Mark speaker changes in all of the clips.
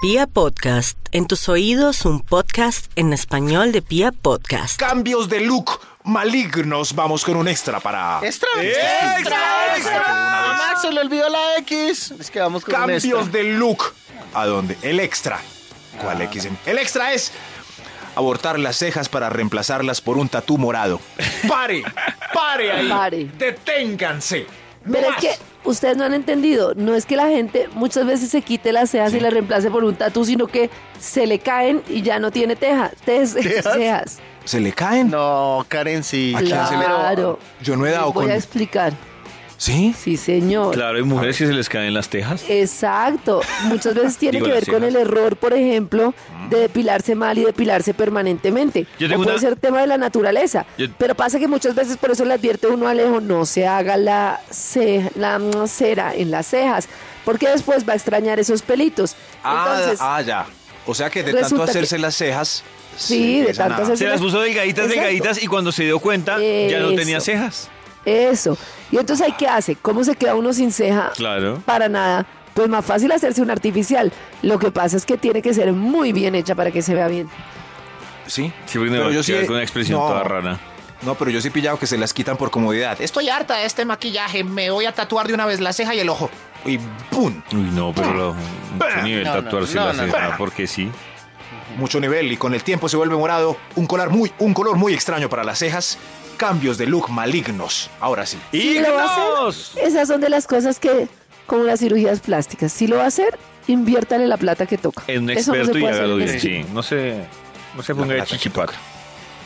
Speaker 1: Pia Podcast, en tus oídos un podcast en español de Pia Podcast.
Speaker 2: cambios de look malignos. Vamos con un extra para.
Speaker 3: ¡Extra!
Speaker 2: ¡Extra, extra!
Speaker 3: ¡Ah, Max, se le olvidó la X. Es que vamos con un
Speaker 2: Cambios
Speaker 3: extra.
Speaker 2: de look. ¿A dónde? El extra. ¿Cuál
Speaker 4: Ah.
Speaker 2: X? en- El extra es abortar las cejas para reemplazarlas por un tatú morado. ¡Pare! ¡Pare ahí!
Speaker 4: Pare.
Speaker 2: ¡Deténganse! ¡No
Speaker 4: Pero es
Speaker 2: más!
Speaker 4: que ustedes no han entendido, no es que la gente muchas veces se quite las cejas y las reemplace por un tatú, sino que se le caen y ya no tiene teja, tejas,
Speaker 3: ¿Tejas?
Speaker 4: cejas.
Speaker 2: ¿Se le caen?
Speaker 3: No, Karen, sí.
Speaker 2: ¿A quién se le-
Speaker 4: Claro.
Speaker 2: Yo no he
Speaker 4: Les
Speaker 2: dado
Speaker 4: voy
Speaker 2: con-
Speaker 4: a explicar.
Speaker 2: ¿Sí?
Speaker 4: Sí, señor.
Speaker 5: Claro, hay mujeres que se les caen las tejas.
Speaker 4: Exacto. Muchas veces tiene
Speaker 5: Digo,
Speaker 4: que ver
Speaker 5: las
Speaker 4: con
Speaker 5: cejas.
Speaker 4: el error, por ejemplo, de depilarse mal y depilarse permanentemente.
Speaker 5: Yo tengo
Speaker 4: o puede
Speaker 5: una-
Speaker 4: ser tema de la naturaleza.
Speaker 5: Yo-
Speaker 4: Pero pasa que muchas veces por eso le advierte uno a Alejo, no se haga la, ce- la mm, cera en las cejas, porque después va a extrañar esos pelitos.
Speaker 2: Ah,
Speaker 4: Entonces,
Speaker 2: ah, ya. O sea que de
Speaker 4: resulta
Speaker 2: tanto
Speaker 4: que-
Speaker 2: hacerse las cejas. se
Speaker 4: Sí, de
Speaker 2: empiezan
Speaker 4: tanto
Speaker 2: a-
Speaker 4: hacerse-
Speaker 5: Se las puso delgaditas,
Speaker 4: Exacto.
Speaker 5: delgaditas y cuando se dio cuenta ya no tenía
Speaker 4: Eso.
Speaker 5: cejas.
Speaker 4: eso. Y entonces, ¿hay qué hace? ¿Cómo se queda uno sin ceja?
Speaker 5: Claro.
Speaker 4: Para nada. Pues más fácil hacerse un artificial. Lo que pasa es que tiene que ser muy bien hecha para que se vea bien.
Speaker 2: Sí.
Speaker 5: Sí, porque me va a quedar con una expresión
Speaker 2: no.
Speaker 5: toda rara.
Speaker 2: No, pero yo sí he pillado que se las quitan por comodidad. Esto
Speaker 6: Estoy harta de este maquillaje. Me voy a tatuar de una vez la ceja y el ojo.
Speaker 2: y ¡pum!
Speaker 5: Uy, no, pero lo,
Speaker 2: Ah.
Speaker 5: qué nivel
Speaker 3: No, no,
Speaker 5: tatuarse
Speaker 3: no,
Speaker 5: la
Speaker 3: no,
Speaker 5: ceja,
Speaker 3: no.
Speaker 5: porque sí.
Speaker 2: mucho nivel y con el tiempo se vuelve morado, un color muy, un color muy extraño para las cejas, cambios de look malignos. Ahora sí.
Speaker 4: Si lo va a
Speaker 5: ¡Ignos!
Speaker 4: hacer, esas son de las cosas que, como las cirugías plásticas, si lo va a hacer, inviértale la plata que toca.
Speaker 5: Es un
Speaker 4: Eso no se
Speaker 5: experto y
Speaker 4: puede hacer
Speaker 5: hágalo
Speaker 4: en
Speaker 5: bien.
Speaker 4: este-
Speaker 5: Sí, no se, no se ponga de
Speaker 2: plata que
Speaker 5: chichipato.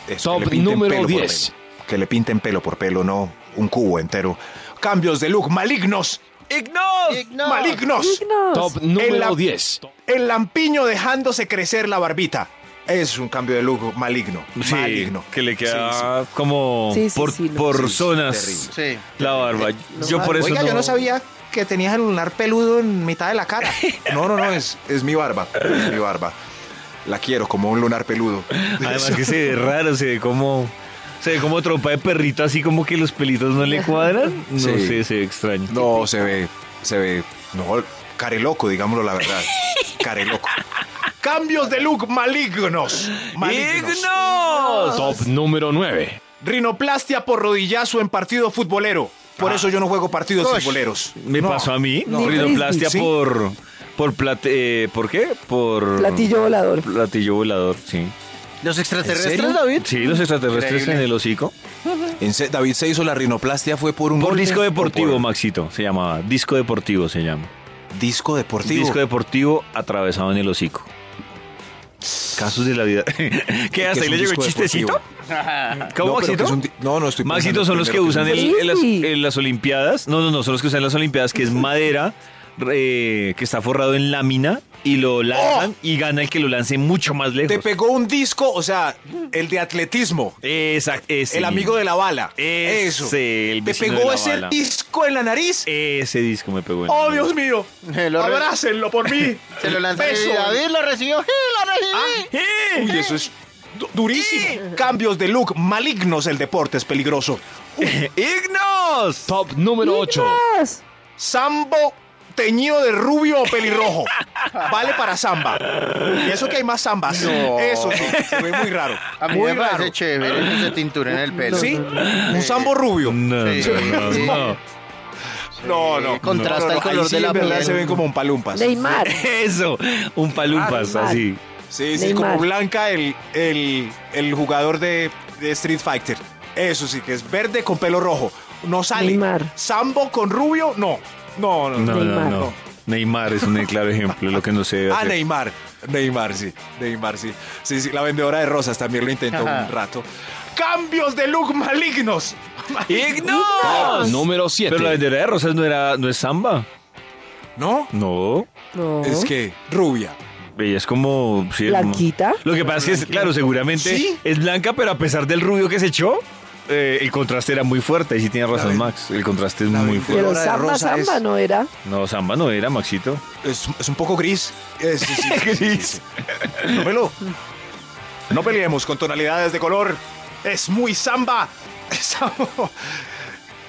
Speaker 2: Eso,
Speaker 7: Top
Speaker 2: que le pinten
Speaker 7: número
Speaker 2: pelo por
Speaker 7: 10.
Speaker 2: pelo. Que le pinten pelo por pelo, no un cubo entero. Cambios de look malignos,
Speaker 5: ¡Ignos!
Speaker 3: Igno-
Speaker 2: malignos.
Speaker 4: Dignos.
Speaker 7: Top
Speaker 2: En la-
Speaker 7: número 10.
Speaker 2: El lampiño dejándose crecer la barbita. Es un cambio de look maligno.
Speaker 5: Sí,
Speaker 2: maligno.
Speaker 5: que le
Speaker 2: Sí,
Speaker 5: queda como
Speaker 4: Sí, sí,
Speaker 5: por,
Speaker 4: sí, no.
Speaker 5: por
Speaker 2: Sí, sí,
Speaker 5: zonas
Speaker 2: terrible.
Speaker 3: Sí.
Speaker 5: la barba.
Speaker 4: No,
Speaker 5: yo por eso
Speaker 2: Oiga,
Speaker 5: no...
Speaker 2: yo no sabía que tenías el lunar peludo en mitad de la cara. No, no, no, es, es mi barba. Es mi barba. La quiero como un lunar peludo.
Speaker 5: Además que se ve raro, se ve como... Se ve como tropa de perrito, así como que los pelitos no le cuadran. No
Speaker 2: Sí.
Speaker 5: sé, se ve extraño.
Speaker 2: No, se ve, se ve, no, care loco, digámoslo la verdad. Care loco. Cambios de look malignos. malignos.
Speaker 5: ¡Ignos!
Speaker 7: Top número 9.
Speaker 2: Rinoplastia por rodillazo en partido futbolero. Por eso yo no juego partidos
Speaker 3: Gosh.
Speaker 2: futboleros.
Speaker 5: Me
Speaker 2: No.
Speaker 5: pasó a mí.
Speaker 4: no.
Speaker 5: rinoplastia
Speaker 2: Sí.
Speaker 5: por. Por plate, eh, ¿Por qué? Por.
Speaker 4: Platillo volador.
Speaker 5: Platillo volador, sí.
Speaker 3: ¿Los
Speaker 2: ¿En
Speaker 3: extraterrestres,
Speaker 2: serio?
Speaker 3: David?
Speaker 5: Sí, los extraterrestres
Speaker 3: Increíble.
Speaker 5: en el hocico.
Speaker 2: En se- David se hizo la rinoplastia fue por un
Speaker 5: Por
Speaker 2: golpe
Speaker 5: disco
Speaker 2: o
Speaker 5: deportivo,
Speaker 2: por-
Speaker 5: Maxito, se llamaba. Disco deportivo se llama.
Speaker 2: Disco deportivo.
Speaker 5: Disco deportivo atravesado en el hocico. Casos de la vida. ¿Qué? ¿Hasta
Speaker 2: ¿Qué
Speaker 5: ahí
Speaker 2: es
Speaker 5: le
Speaker 2: un
Speaker 5: llegó el
Speaker 2: disco
Speaker 5: chistecito?
Speaker 2: deportivo?
Speaker 5: ¿Cómo,
Speaker 2: No, pero que
Speaker 5: Maxito?
Speaker 2: es un di- no, no estoy
Speaker 5: Maxito
Speaker 2: pensando
Speaker 5: son los que
Speaker 2: primero que
Speaker 5: usan
Speaker 2: es
Speaker 5: el-
Speaker 2: un
Speaker 4: disco.
Speaker 5: en, las,
Speaker 4: Sí.
Speaker 5: en las Olimpiadas. No, no, no, son los que usan en las Olimpiadas, que es madera eh, que está forrado en lámina y lo lanzan y gana el que lo lance mucho más
Speaker 2: ¡Oh! Te
Speaker 5: lejos.
Speaker 2: pegó un disco, o sea, el de atletismo.
Speaker 5: Exacto.
Speaker 2: El amigo de la bala.
Speaker 5: Ese,
Speaker 2: Eso.
Speaker 5: el
Speaker 2: Te
Speaker 5: vecino
Speaker 2: pegó
Speaker 5: de la
Speaker 2: ese
Speaker 5: bala. Eh.
Speaker 2: disco en la nariz.
Speaker 5: Ese disco me pegó. en
Speaker 2: ¡Oh,
Speaker 5: el-
Speaker 2: Dios mío!
Speaker 3: Eh, lo re-
Speaker 2: ¡Abrácenlo por mí!
Speaker 3: Se lo lanzó
Speaker 2: Beso.
Speaker 3: y David lo recibió. ¡Sí, lo recibí!
Speaker 5: ¡Eh!
Speaker 2: Uy, eso es du- durísimo. Cambios de look malignos. El deporte es peligroso.
Speaker 5: ¡Ignos!
Speaker 7: Top número 8.
Speaker 4: Dignos.
Speaker 2: Sambo teñido de rubio o pelirrojo. Vale para samba. Y eso que hay más zambas.
Speaker 3: No.
Speaker 2: Eso sí, se ve muy raro.
Speaker 3: A mí
Speaker 2: muy
Speaker 3: me parece
Speaker 2: raro.
Speaker 3: chévere que se tintura en el pelo.
Speaker 2: Ah. ¿Sí? Un sambo rubio.
Speaker 5: Eh, No,
Speaker 3: Sí,
Speaker 5: no, no,
Speaker 3: sí.
Speaker 5: no.
Speaker 2: No, no.
Speaker 3: Eh, Contrasta el color
Speaker 2: ahí sí,
Speaker 3: de la
Speaker 2: en verdad,
Speaker 3: piel.
Speaker 2: se ven como un palumpas.
Speaker 4: Neymar.
Speaker 5: Eso, un palumpas
Speaker 4: Ah,
Speaker 5: así.
Speaker 2: Sí, sí,
Speaker 4: Neymar.
Speaker 2: como Blanca, el, el, el jugador de, de Street Fighter. Eso sí, que es verde con pelo rojo. No sale.
Speaker 4: Neymar.
Speaker 2: Sambo con rubio, no. No, no,
Speaker 5: No,
Speaker 2: no.
Speaker 5: no,
Speaker 4: Neymar.
Speaker 5: no. Neymar es un claro ejemplo de lo que no se debe
Speaker 2: Ah,
Speaker 5: hacer.
Speaker 2: Neymar. Neymar, sí. Neymar, sí. Sí, sí, la vendedora de rosas también lo intentó
Speaker 3: Ajá.
Speaker 2: un rato. ¡Cambios de look malignos!
Speaker 5: ¡Ignos!
Speaker 7: Número
Speaker 5: Pero la
Speaker 7: 7.
Speaker 5: bandera de rosas no era, no es samba.
Speaker 2: ¿No?
Speaker 5: No.
Speaker 4: No.
Speaker 2: Es que rubia.
Speaker 5: Ella es como. sí, es como-
Speaker 4: Blanquita.
Speaker 5: Lo que pasa es que, es- claro, seguramente
Speaker 2: ¿Sí?
Speaker 5: es blanca, pero a pesar del rubio que se echó, eh, el contraste era muy fuerte. Y sí tiene razón,
Speaker 2: ven-
Speaker 5: Max. El contraste es
Speaker 2: la
Speaker 5: muy
Speaker 2: ven-
Speaker 5: fuerte.
Speaker 4: Pero
Speaker 2: Colora de
Speaker 4: samba,
Speaker 2: rosa es-
Speaker 4: samba, ¿no era?
Speaker 5: No, samba no era, Maxito.
Speaker 2: Es, es un poco gris. Es- sí, sí, sí, sí,
Speaker 5: Gris.
Speaker 2: sí. No pelo. No peleemos con tonalidades de color. Es muy samba. Sambo.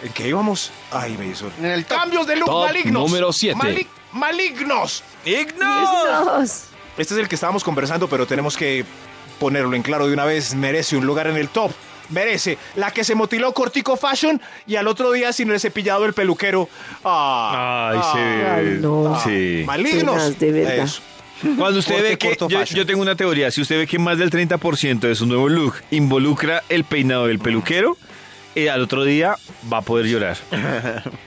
Speaker 2: ¿En qué íbamos? Ay, me hizo.
Speaker 3: En el top.
Speaker 2: Cambios de look
Speaker 7: Top
Speaker 2: malignos.
Speaker 7: número siete.
Speaker 2: Mali- malignos.
Speaker 5: ¡Ignos!
Speaker 4: Dignos.
Speaker 2: Este es el que estábamos conversando, pero tenemos que ponerlo en claro de una vez. Merece un lugar en el top. Merece la que se motiló cortico fashion y al otro día sin el cepillado el peluquero. Ah,
Speaker 5: Ay,
Speaker 2: ah,
Speaker 5: sí.
Speaker 4: Ay, no.
Speaker 5: Sí.
Speaker 2: Malignos.
Speaker 4: Tenaz, de verdad.
Speaker 2: Eso.
Speaker 5: Cuando usted
Speaker 2: Corte
Speaker 5: ve que.
Speaker 2: corto
Speaker 5: Yo,
Speaker 2: fashion.
Speaker 5: yo tengo una teoría. Si usted ve que más del 30% de su nuevo look involucra el peinado del peluquero, eh, al otro día va a poder llorar.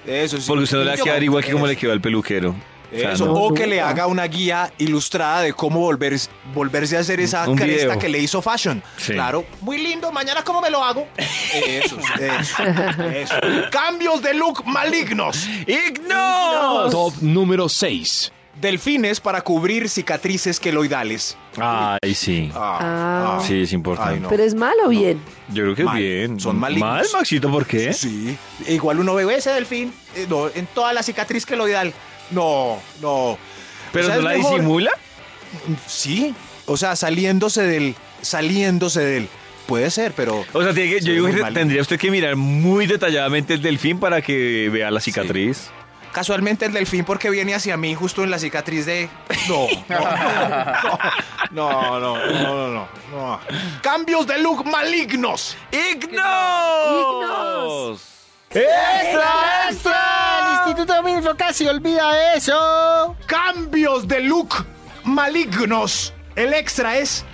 Speaker 2: Eso sí.
Speaker 5: Porque usted no le va a
Speaker 2: Yo-
Speaker 5: quedar igual que como
Speaker 2: Eso.
Speaker 5: le quedó al peluquero. O sea,
Speaker 2: Eso,
Speaker 5: no.
Speaker 2: o que le
Speaker 4: duda.
Speaker 2: haga una guía ilustrada de cómo volver, volverse a hacer esa
Speaker 5: Un
Speaker 2: cresta
Speaker 5: video.
Speaker 2: que le hizo Fashion.
Speaker 5: Sí.
Speaker 2: Claro, muy lindo, mañana cómo me lo hago. Eso, eso, eso. Cambios de look malignos.
Speaker 5: ¡Ignos!
Speaker 7: Top número 6.
Speaker 2: Delfines para cubrir cicatrices queloidales.
Speaker 5: Ay, sí.
Speaker 4: Ah.
Speaker 5: Sí, es importante.
Speaker 2: Ay, no.
Speaker 4: Pero es malo o bien.
Speaker 5: Yo creo que
Speaker 2: Mal.
Speaker 5: bien.
Speaker 2: Son malignos.
Speaker 5: ¿Mal, Maxito? ¿Por qué?
Speaker 2: Sí, igual uno ve ese delfín eh, no, en toda la cicatriz queloidal. No, no. O
Speaker 5: ¿Pero
Speaker 2: sea,
Speaker 5: no
Speaker 2: es
Speaker 5: la
Speaker 2: mejor-
Speaker 5: disimula?
Speaker 2: Sí, o sea, saliéndose del, saliéndose del. Puede ser, pero...
Speaker 5: O sea, tiene que-
Speaker 2: Se
Speaker 5: yo digo
Speaker 2: ve
Speaker 5: que
Speaker 2: muy mal.
Speaker 5: tendría usted que mirar muy detalladamente el delfín para que vea la cicatriz.
Speaker 2: Casualmente el delfín porque viene hacia mí justo en la cicatriz de... No, no, no, no, no, no, no, no. Cambios de look malignos.
Speaker 5: ¡Ignos!
Speaker 3: ¡Extra, extra! El Instituto Minfo casi olvida eso.
Speaker 2: Cambios de look malignos. El extra es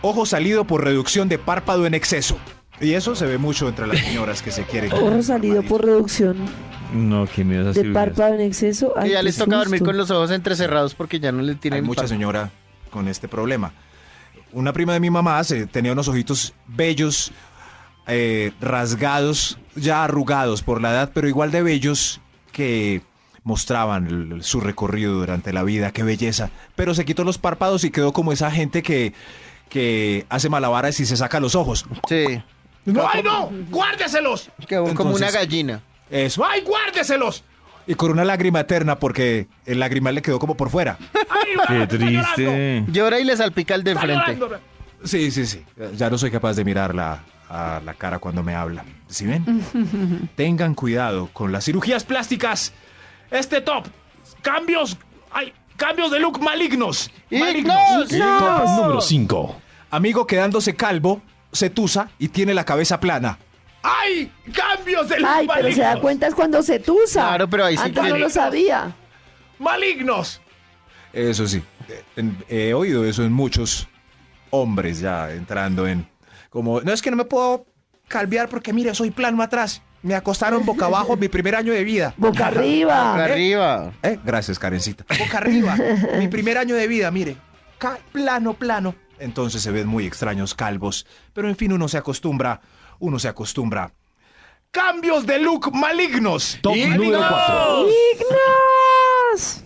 Speaker 2: ojo salido por reducción de párpado en exceso. Y eso se ve mucho entre las señoras que se quieren.
Speaker 4: Ojo salido por reducción
Speaker 5: No, qué miedo esa
Speaker 4: de
Speaker 5: cirugía.
Speaker 4: párpado en exceso. Ay,
Speaker 3: Y ya
Speaker 4: qué
Speaker 3: les toca dormir
Speaker 4: susto.
Speaker 3: con los ojos entrecerrados porque ya no le tienen.
Speaker 2: Hay mucha
Speaker 3: paz.
Speaker 2: señora con este problema. Una prima de mi mamá se- tenía unos ojitos bellos, eh, rasgados, ya arrugados por la edad, pero igual de bellos que mostraban el- el- su recorrido durante la vida. ¡Qué belleza! Pero se quitó los párpados y quedó como esa gente que, que hace malabares y se saca los ojos.
Speaker 3: Sí.
Speaker 2: ¡Ay, no! ¡Guárdeselos!
Speaker 3: Que como
Speaker 2: Entonces-
Speaker 3: una gallina.
Speaker 2: Eso, ¡ay, guárdeselos! Y con una lágrima eterna porque el lagrimal le quedó como por fuera.
Speaker 5: Qué triste.
Speaker 3: Llora y le salpica el de frente.
Speaker 2: Sí, sí, sí. Ya no soy capaz de mirarla a la cara cuando me habla. ¿Sí ven? Tengan cuidado con las cirugías plásticas. Este top. Cambios. Hay cambios de look malignos.
Speaker 3: ¡Ignos!
Speaker 7: Top número 5.
Speaker 2: Amigo quedándose calvo, se tusa y tiene la cabeza plana. ¡Ay! ¡Cambios de look
Speaker 4: Ay, pero
Speaker 2: malignos!
Speaker 4: se da cuenta es cuando se tusa.
Speaker 3: Claro, pero ahí sí
Speaker 4: Antes no
Speaker 3: tiene-
Speaker 4: lo sabía.
Speaker 2: ¡Malignos! Eso sí. eh, en- He oído eso en muchos hombres ya entrando en. Como, no es que no me puedo calviar porque mire, soy plano atrás. Me acostaron boca abajo mi primer año de vida.
Speaker 4: Boca arriba.
Speaker 3: Arriba.
Speaker 2: Eh, gracias, Karencita. Boca arriba. mi primer año de vida, mire. Ca- plano, plano. Entonces se ven muy extraños calvos. Pero en fin, uno se acostumbra. Uno se acostumbra. ¡Cambios de look malignos!
Speaker 7: Top número 4.
Speaker 4: ¡Ignos!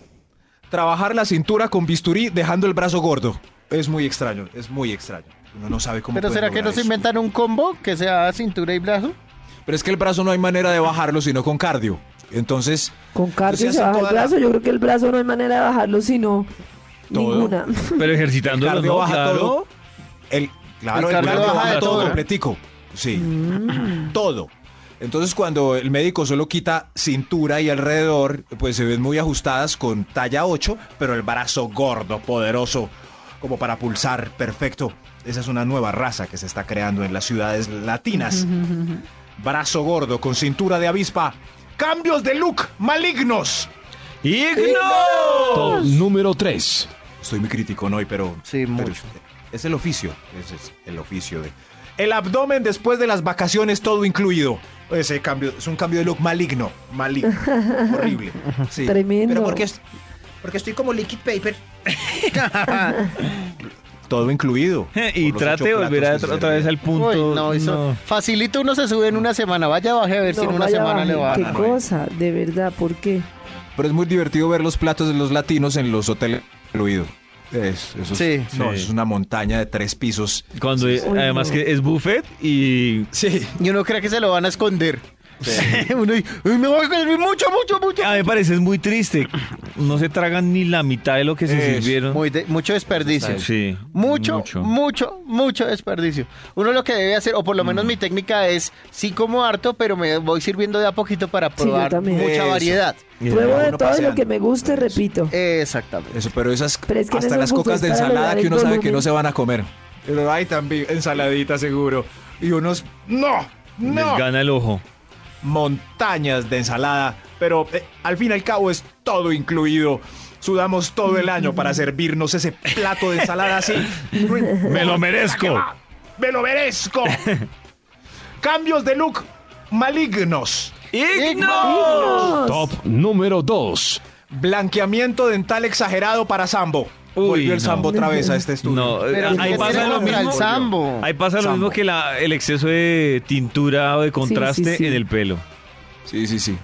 Speaker 2: Trabajar la cintura con bisturí dejando el brazo gordo. Es muy extraño, es muy extraño. Uno Pues, no sabe cómo.
Speaker 3: Pero
Speaker 2: pueden
Speaker 3: ¿será que
Speaker 2: lograr
Speaker 3: no se
Speaker 2: eso.
Speaker 3: inventan un combo que sea cintura y brazo?
Speaker 2: Pero es que el brazo no hay manera de bajarlo sino con cardio. Entonces.
Speaker 4: Con
Speaker 2: se
Speaker 4: cardio se
Speaker 2: hace
Speaker 4: baja el
Speaker 2: toda la-
Speaker 4: brazo. Yo creo que el brazo no hay manera de bajarlo, sino
Speaker 2: Todo.
Speaker 4: ninguna.
Speaker 5: Pero ejercitando
Speaker 2: cardio
Speaker 5: ¿no?
Speaker 2: baja
Speaker 5: Claro.
Speaker 2: todo. El, claro,
Speaker 3: El
Speaker 2: el,
Speaker 3: cardio
Speaker 2: cardio
Speaker 3: baja
Speaker 2: baja
Speaker 3: de
Speaker 2: todo
Speaker 3: todo.
Speaker 2: completico. Sí. Todo. Entonces cuando el médico solo quita cintura y alrededor, pues se ven muy ajustadas con talla 8, pero el brazo gordo, poderoso, como para pulsar perfecto. Esa es una nueva raza que se está creando en las ciudades latinas. Brazo gordo con cintura de avispa. Cambios de look malignos.
Speaker 7: Top número 3.
Speaker 2: Soy muy crítico ¿no? hoy, pero,
Speaker 3: Sí,
Speaker 2: pero
Speaker 3: mucho.
Speaker 2: es- es el oficio. Ese es el oficio de. El abdomen después de las vacaciones, todo incluido. Ese cambio, es un cambio de look maligno. Maligno. horrible. Sí.
Speaker 4: Tremendo.
Speaker 2: Pero porque, es- porque estoy como liquid paper. todo incluido.
Speaker 5: Y
Speaker 2: Con los
Speaker 5: trate de
Speaker 2: ocho
Speaker 5: volver a-
Speaker 2: platos que se
Speaker 5: otra vez
Speaker 2: servían.
Speaker 5: al punto.
Speaker 3: Uy, no, eso. Facilito uno se sube en una semana. Vaya, baje a ver si en
Speaker 4: No,
Speaker 3: una
Speaker 4: vaya,
Speaker 3: semana le
Speaker 4: baje.
Speaker 3: baja.
Speaker 4: Qué cosa, de verdad, ¿por qué?
Speaker 2: Pero es muy divertido ver los platos de los latinos en los hoteles incluidos. Es, eso es-
Speaker 3: Sí.
Speaker 2: no,
Speaker 5: Sí.
Speaker 2: es una montaña de tres pisos.
Speaker 5: Cuando
Speaker 4: Uy,
Speaker 5: además
Speaker 4: no.
Speaker 5: que es buffet y
Speaker 2: Sí.
Speaker 3: Y uno cree que se lo van a esconder. Uno dice, "Ay, me voy a comer mucho, mucho, mucho.
Speaker 5: A mí Ah, me parece es muy triste. No se tragan ni la mitad de lo que se
Speaker 2: Eso,
Speaker 5: sirvieron.
Speaker 3: Muy de- mucho desperdicio.
Speaker 5: Sí,
Speaker 3: Mucho, mucho,
Speaker 5: mucho.
Speaker 3: mucho, desperdicio. Uno lo que debe hacer, o por lo menos mi técnica es, sí como harto, pero me voy sirviendo de a poquito para
Speaker 4: yo
Speaker 3: probar
Speaker 4: también.
Speaker 3: mucha
Speaker 2: Eso.
Speaker 3: variedad.
Speaker 4: Pruebo de
Speaker 2: uno
Speaker 4: todo
Speaker 2: paseando.
Speaker 4: lo que me guste, repito.
Speaker 3: Exactamente.
Speaker 2: Eso, pero esas
Speaker 4: Pero es que en
Speaker 2: hasta
Speaker 4: esos
Speaker 2: las cocas de
Speaker 4: buffets para
Speaker 2: ensalada
Speaker 4: lograr
Speaker 2: que
Speaker 4: el
Speaker 2: uno sabe que
Speaker 4: volumen.
Speaker 2: no se van a comer. Pero hay también ensaladita seguro. Y unos no, no.
Speaker 5: Les gana el ojo.
Speaker 2: Montañas de ensalada. Pero eh, al fin y al cabo es todo incluido. Sudamos todo el año para servirnos ese plato de ensalada así.
Speaker 5: Me lo merezco.
Speaker 2: ¡Me lo merezco! Cambios de look malignos.
Speaker 3: ¡Eh!
Speaker 5: ¡Igno!
Speaker 7: Top número 2.
Speaker 2: Blanqueamiento dental exagerado para Sambo.
Speaker 5: Uy,
Speaker 2: Volvió el
Speaker 5: no.
Speaker 2: Sambo otra vez a este estudio.
Speaker 5: No,
Speaker 3: Pero
Speaker 5: ahí
Speaker 3: ¿qué
Speaker 5: pasa
Speaker 3: tiene
Speaker 5: lo
Speaker 3: contra
Speaker 5: mismo.
Speaker 3: el sambo?
Speaker 5: Ahí pasa lo mismo que la- el exceso de tintura o de contraste
Speaker 4: sí.
Speaker 5: en el pelo.
Speaker 2: Sí, sí, sí.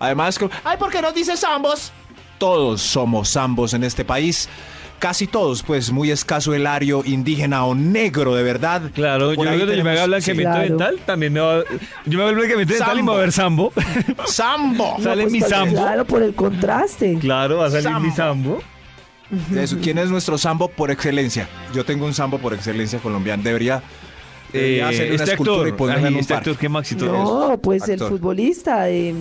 Speaker 2: Además, que- ay, ¿por qué no dices ambos? Todos somos ambos en este país. Casi todos, pues muy escaso el ario indígena o negro de verdad.
Speaker 5: Claro, yo
Speaker 2: Por ahí
Speaker 5: creo que yo me haga
Speaker 2: tenemos-
Speaker 5: blanqueamiento
Speaker 4: Claro.
Speaker 5: dental, también me va, yo me hago el blanqueamiento dental y me va a ver sambo.
Speaker 2: ¡Sambo!
Speaker 4: No,
Speaker 5: Sale
Speaker 4: pues,
Speaker 5: mi
Speaker 4: porque-
Speaker 5: sambo.
Speaker 4: Claro, por el contraste.
Speaker 5: Claro, va a salir mi sambo.
Speaker 2: Eso, ¿Quién es nuestro sambo por excelencia? Yo tengo un sambo por excelencia colombiano. Debería,
Speaker 5: Eh,
Speaker 2: debería hacer una
Speaker 5: este
Speaker 2: escultura
Speaker 5: actor,
Speaker 2: y ponerla
Speaker 5: ay,
Speaker 2: en un
Speaker 5: este
Speaker 2: par.
Speaker 5: actor que Maxito es.
Speaker 4: No, pues el
Speaker 2: actor.
Speaker 4: futbolista. eh,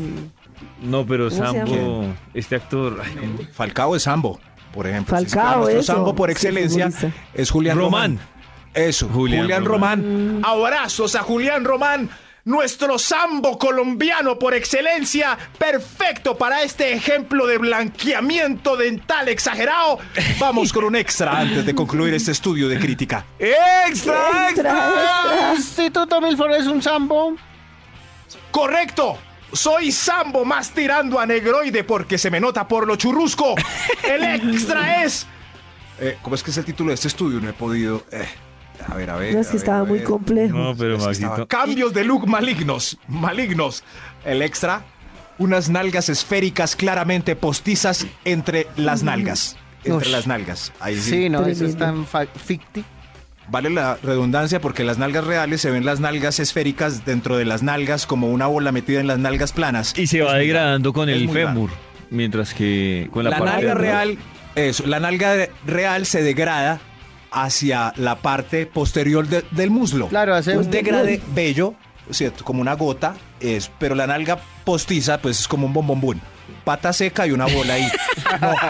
Speaker 5: No, pero
Speaker 4: ¿Cómo se
Speaker 5: Sambo, este actor. ay, ¿cómo?
Speaker 2: Falcao es sambo, por ejemplo. Si
Speaker 4: Falcao,
Speaker 2: nuestro
Speaker 4: eso.
Speaker 2: sambo por
Speaker 4: Sí,
Speaker 2: excelencia
Speaker 4: futbolista.
Speaker 2: es Julián Román.
Speaker 5: Román.
Speaker 2: Eso, Julián,
Speaker 5: Julián
Speaker 2: Román.
Speaker 4: Mm.
Speaker 2: Abrazos a Julián Román, nuestro sambo colombiano por excelencia, perfecto para este ejemplo de blanqueamiento dental exagerado. Vamos con un extra antes de concluir este estudio de crítica.
Speaker 4: extra,
Speaker 5: ¡Extra, extra!
Speaker 3: Instituto Milford es un sambo.
Speaker 2: Correcto. Soy Sambo más tirando a negroide porque se me nota por lo churrusco. El extra es. Eh, ¿Cómo es que es el título de este estudio? No he podido. eh, a ver, a ver.
Speaker 4: no,
Speaker 2: a
Speaker 4: es que
Speaker 2: ver,
Speaker 4: estaba
Speaker 2: a
Speaker 4: muy
Speaker 2: ver.
Speaker 4: complejo.
Speaker 5: No, pero
Speaker 2: Es que estaba-
Speaker 5: Maxito.
Speaker 2: Cambios de look malignos. Malignos. El extra. Unas nalgas esféricas claramente postizas entre las nalgas. Entre
Speaker 3: Ush.
Speaker 2: las nalgas. Ahí sí.
Speaker 3: Sí, no, eso es
Speaker 4: Tremendo.
Speaker 3: tan fa- ficti.
Speaker 2: Vale la redundancia porque las nalgas reales se ven las nalgas esféricas dentro de las nalgas como una bola metida en las nalgas planas.
Speaker 5: Y se va degradando con
Speaker 2: Es
Speaker 5: el
Speaker 2: muy raro.
Speaker 5: fémur. Mientras que con la,
Speaker 2: La,
Speaker 5: parte
Speaker 2: nalga
Speaker 5: de atrás.
Speaker 2: real, eso, la nalga de- real se degrada hacia la parte posterior de- del muslo.
Speaker 3: Claro, hace
Speaker 2: un
Speaker 3: un-
Speaker 2: degrade bello, ¿cierto? Como una gota, es, pero la nalga postiza, pues es como un bombombón. Pata seca y una bola ahí.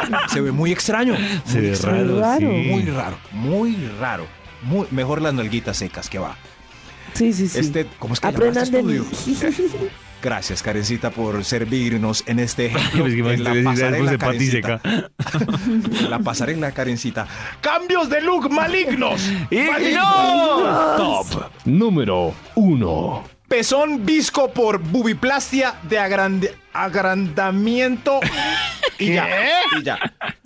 Speaker 2: No, se ve muy extraño.
Speaker 5: Se
Speaker 2: muy
Speaker 5: ve
Speaker 2: extraño,
Speaker 5: raro.
Speaker 4: Raro.
Speaker 5: sí.
Speaker 2: Muy
Speaker 4: Mm.
Speaker 2: raro, muy raro. Muy- mejor las nalguitas secas que va.
Speaker 4: Sí, sí, sí.
Speaker 2: Este, ¿cómo es que se llama este
Speaker 4: Aprendan de mí.
Speaker 2: estudio? Gracias, Karencita, por servirnos en este ejemplo.
Speaker 5: Pues que
Speaker 2: en la
Speaker 5: Maxito decía,
Speaker 2: pasarela,
Speaker 5: pues, de
Speaker 2: Karencita.
Speaker 5: patiseca.
Speaker 2: La pasarela, Karencita. ¡Cambios de look malignos!
Speaker 5: ¡Igno!
Speaker 7: Top número 1.
Speaker 2: Pezón visco por bubiplastia de agrande- agrandamiento. Y ya, y ya.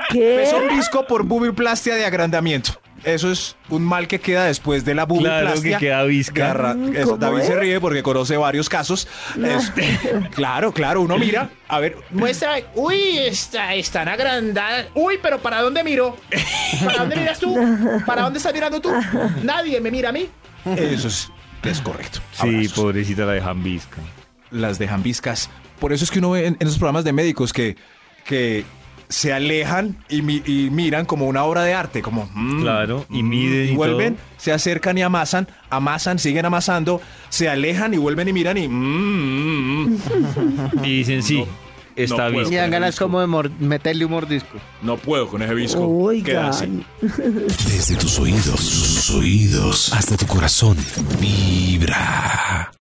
Speaker 4: ¿Qué?
Speaker 2: Pezón visco por bubiplastia de agrandamiento. Eso es un mal que queda después de la bubiplastia.
Speaker 5: Claro, que queda visca.
Speaker 2: Garra-
Speaker 4: Mm,
Speaker 2: eso,
Speaker 4: ¿cómo
Speaker 2: David se
Speaker 4: es?
Speaker 2: ríe porque conoce varios casos. Este, claro, claro, uno mira. A ver,
Speaker 6: Muestra, uy, está, están agrandadas. Uy, pero ¿para dónde miro? ¿Para dónde miras tú? ¿Para dónde estás mirando tú? Nadie me mira a mí.
Speaker 2: eso es, es correcto.
Speaker 5: Sí, pues.
Speaker 2: Abrazos.
Speaker 5: pobrecita la dejan visca.
Speaker 2: las dejan viscas. Por eso es que uno ve en, en esos programas de médicos que, que se alejan y, mi- y miran como una obra de arte, como... mm,
Speaker 5: Claro, y
Speaker 2: mm,
Speaker 5: miden y
Speaker 2: vuelven,
Speaker 5: todo.
Speaker 2: se acercan y amasan, amasan, siguen amasando, se alejan y vuelven y miran y... mm, mm, mm.
Speaker 5: Y dicen, sí, está
Speaker 2: puedo.
Speaker 3: Y
Speaker 5: visca.
Speaker 3: dan ganas como de mor- meterle un mordisco.
Speaker 2: no puedo con ese visco. Queda así.
Speaker 4: Oigan.
Speaker 8: Desde tus oídos, sus oídos, hasta tu corazón. Vibra.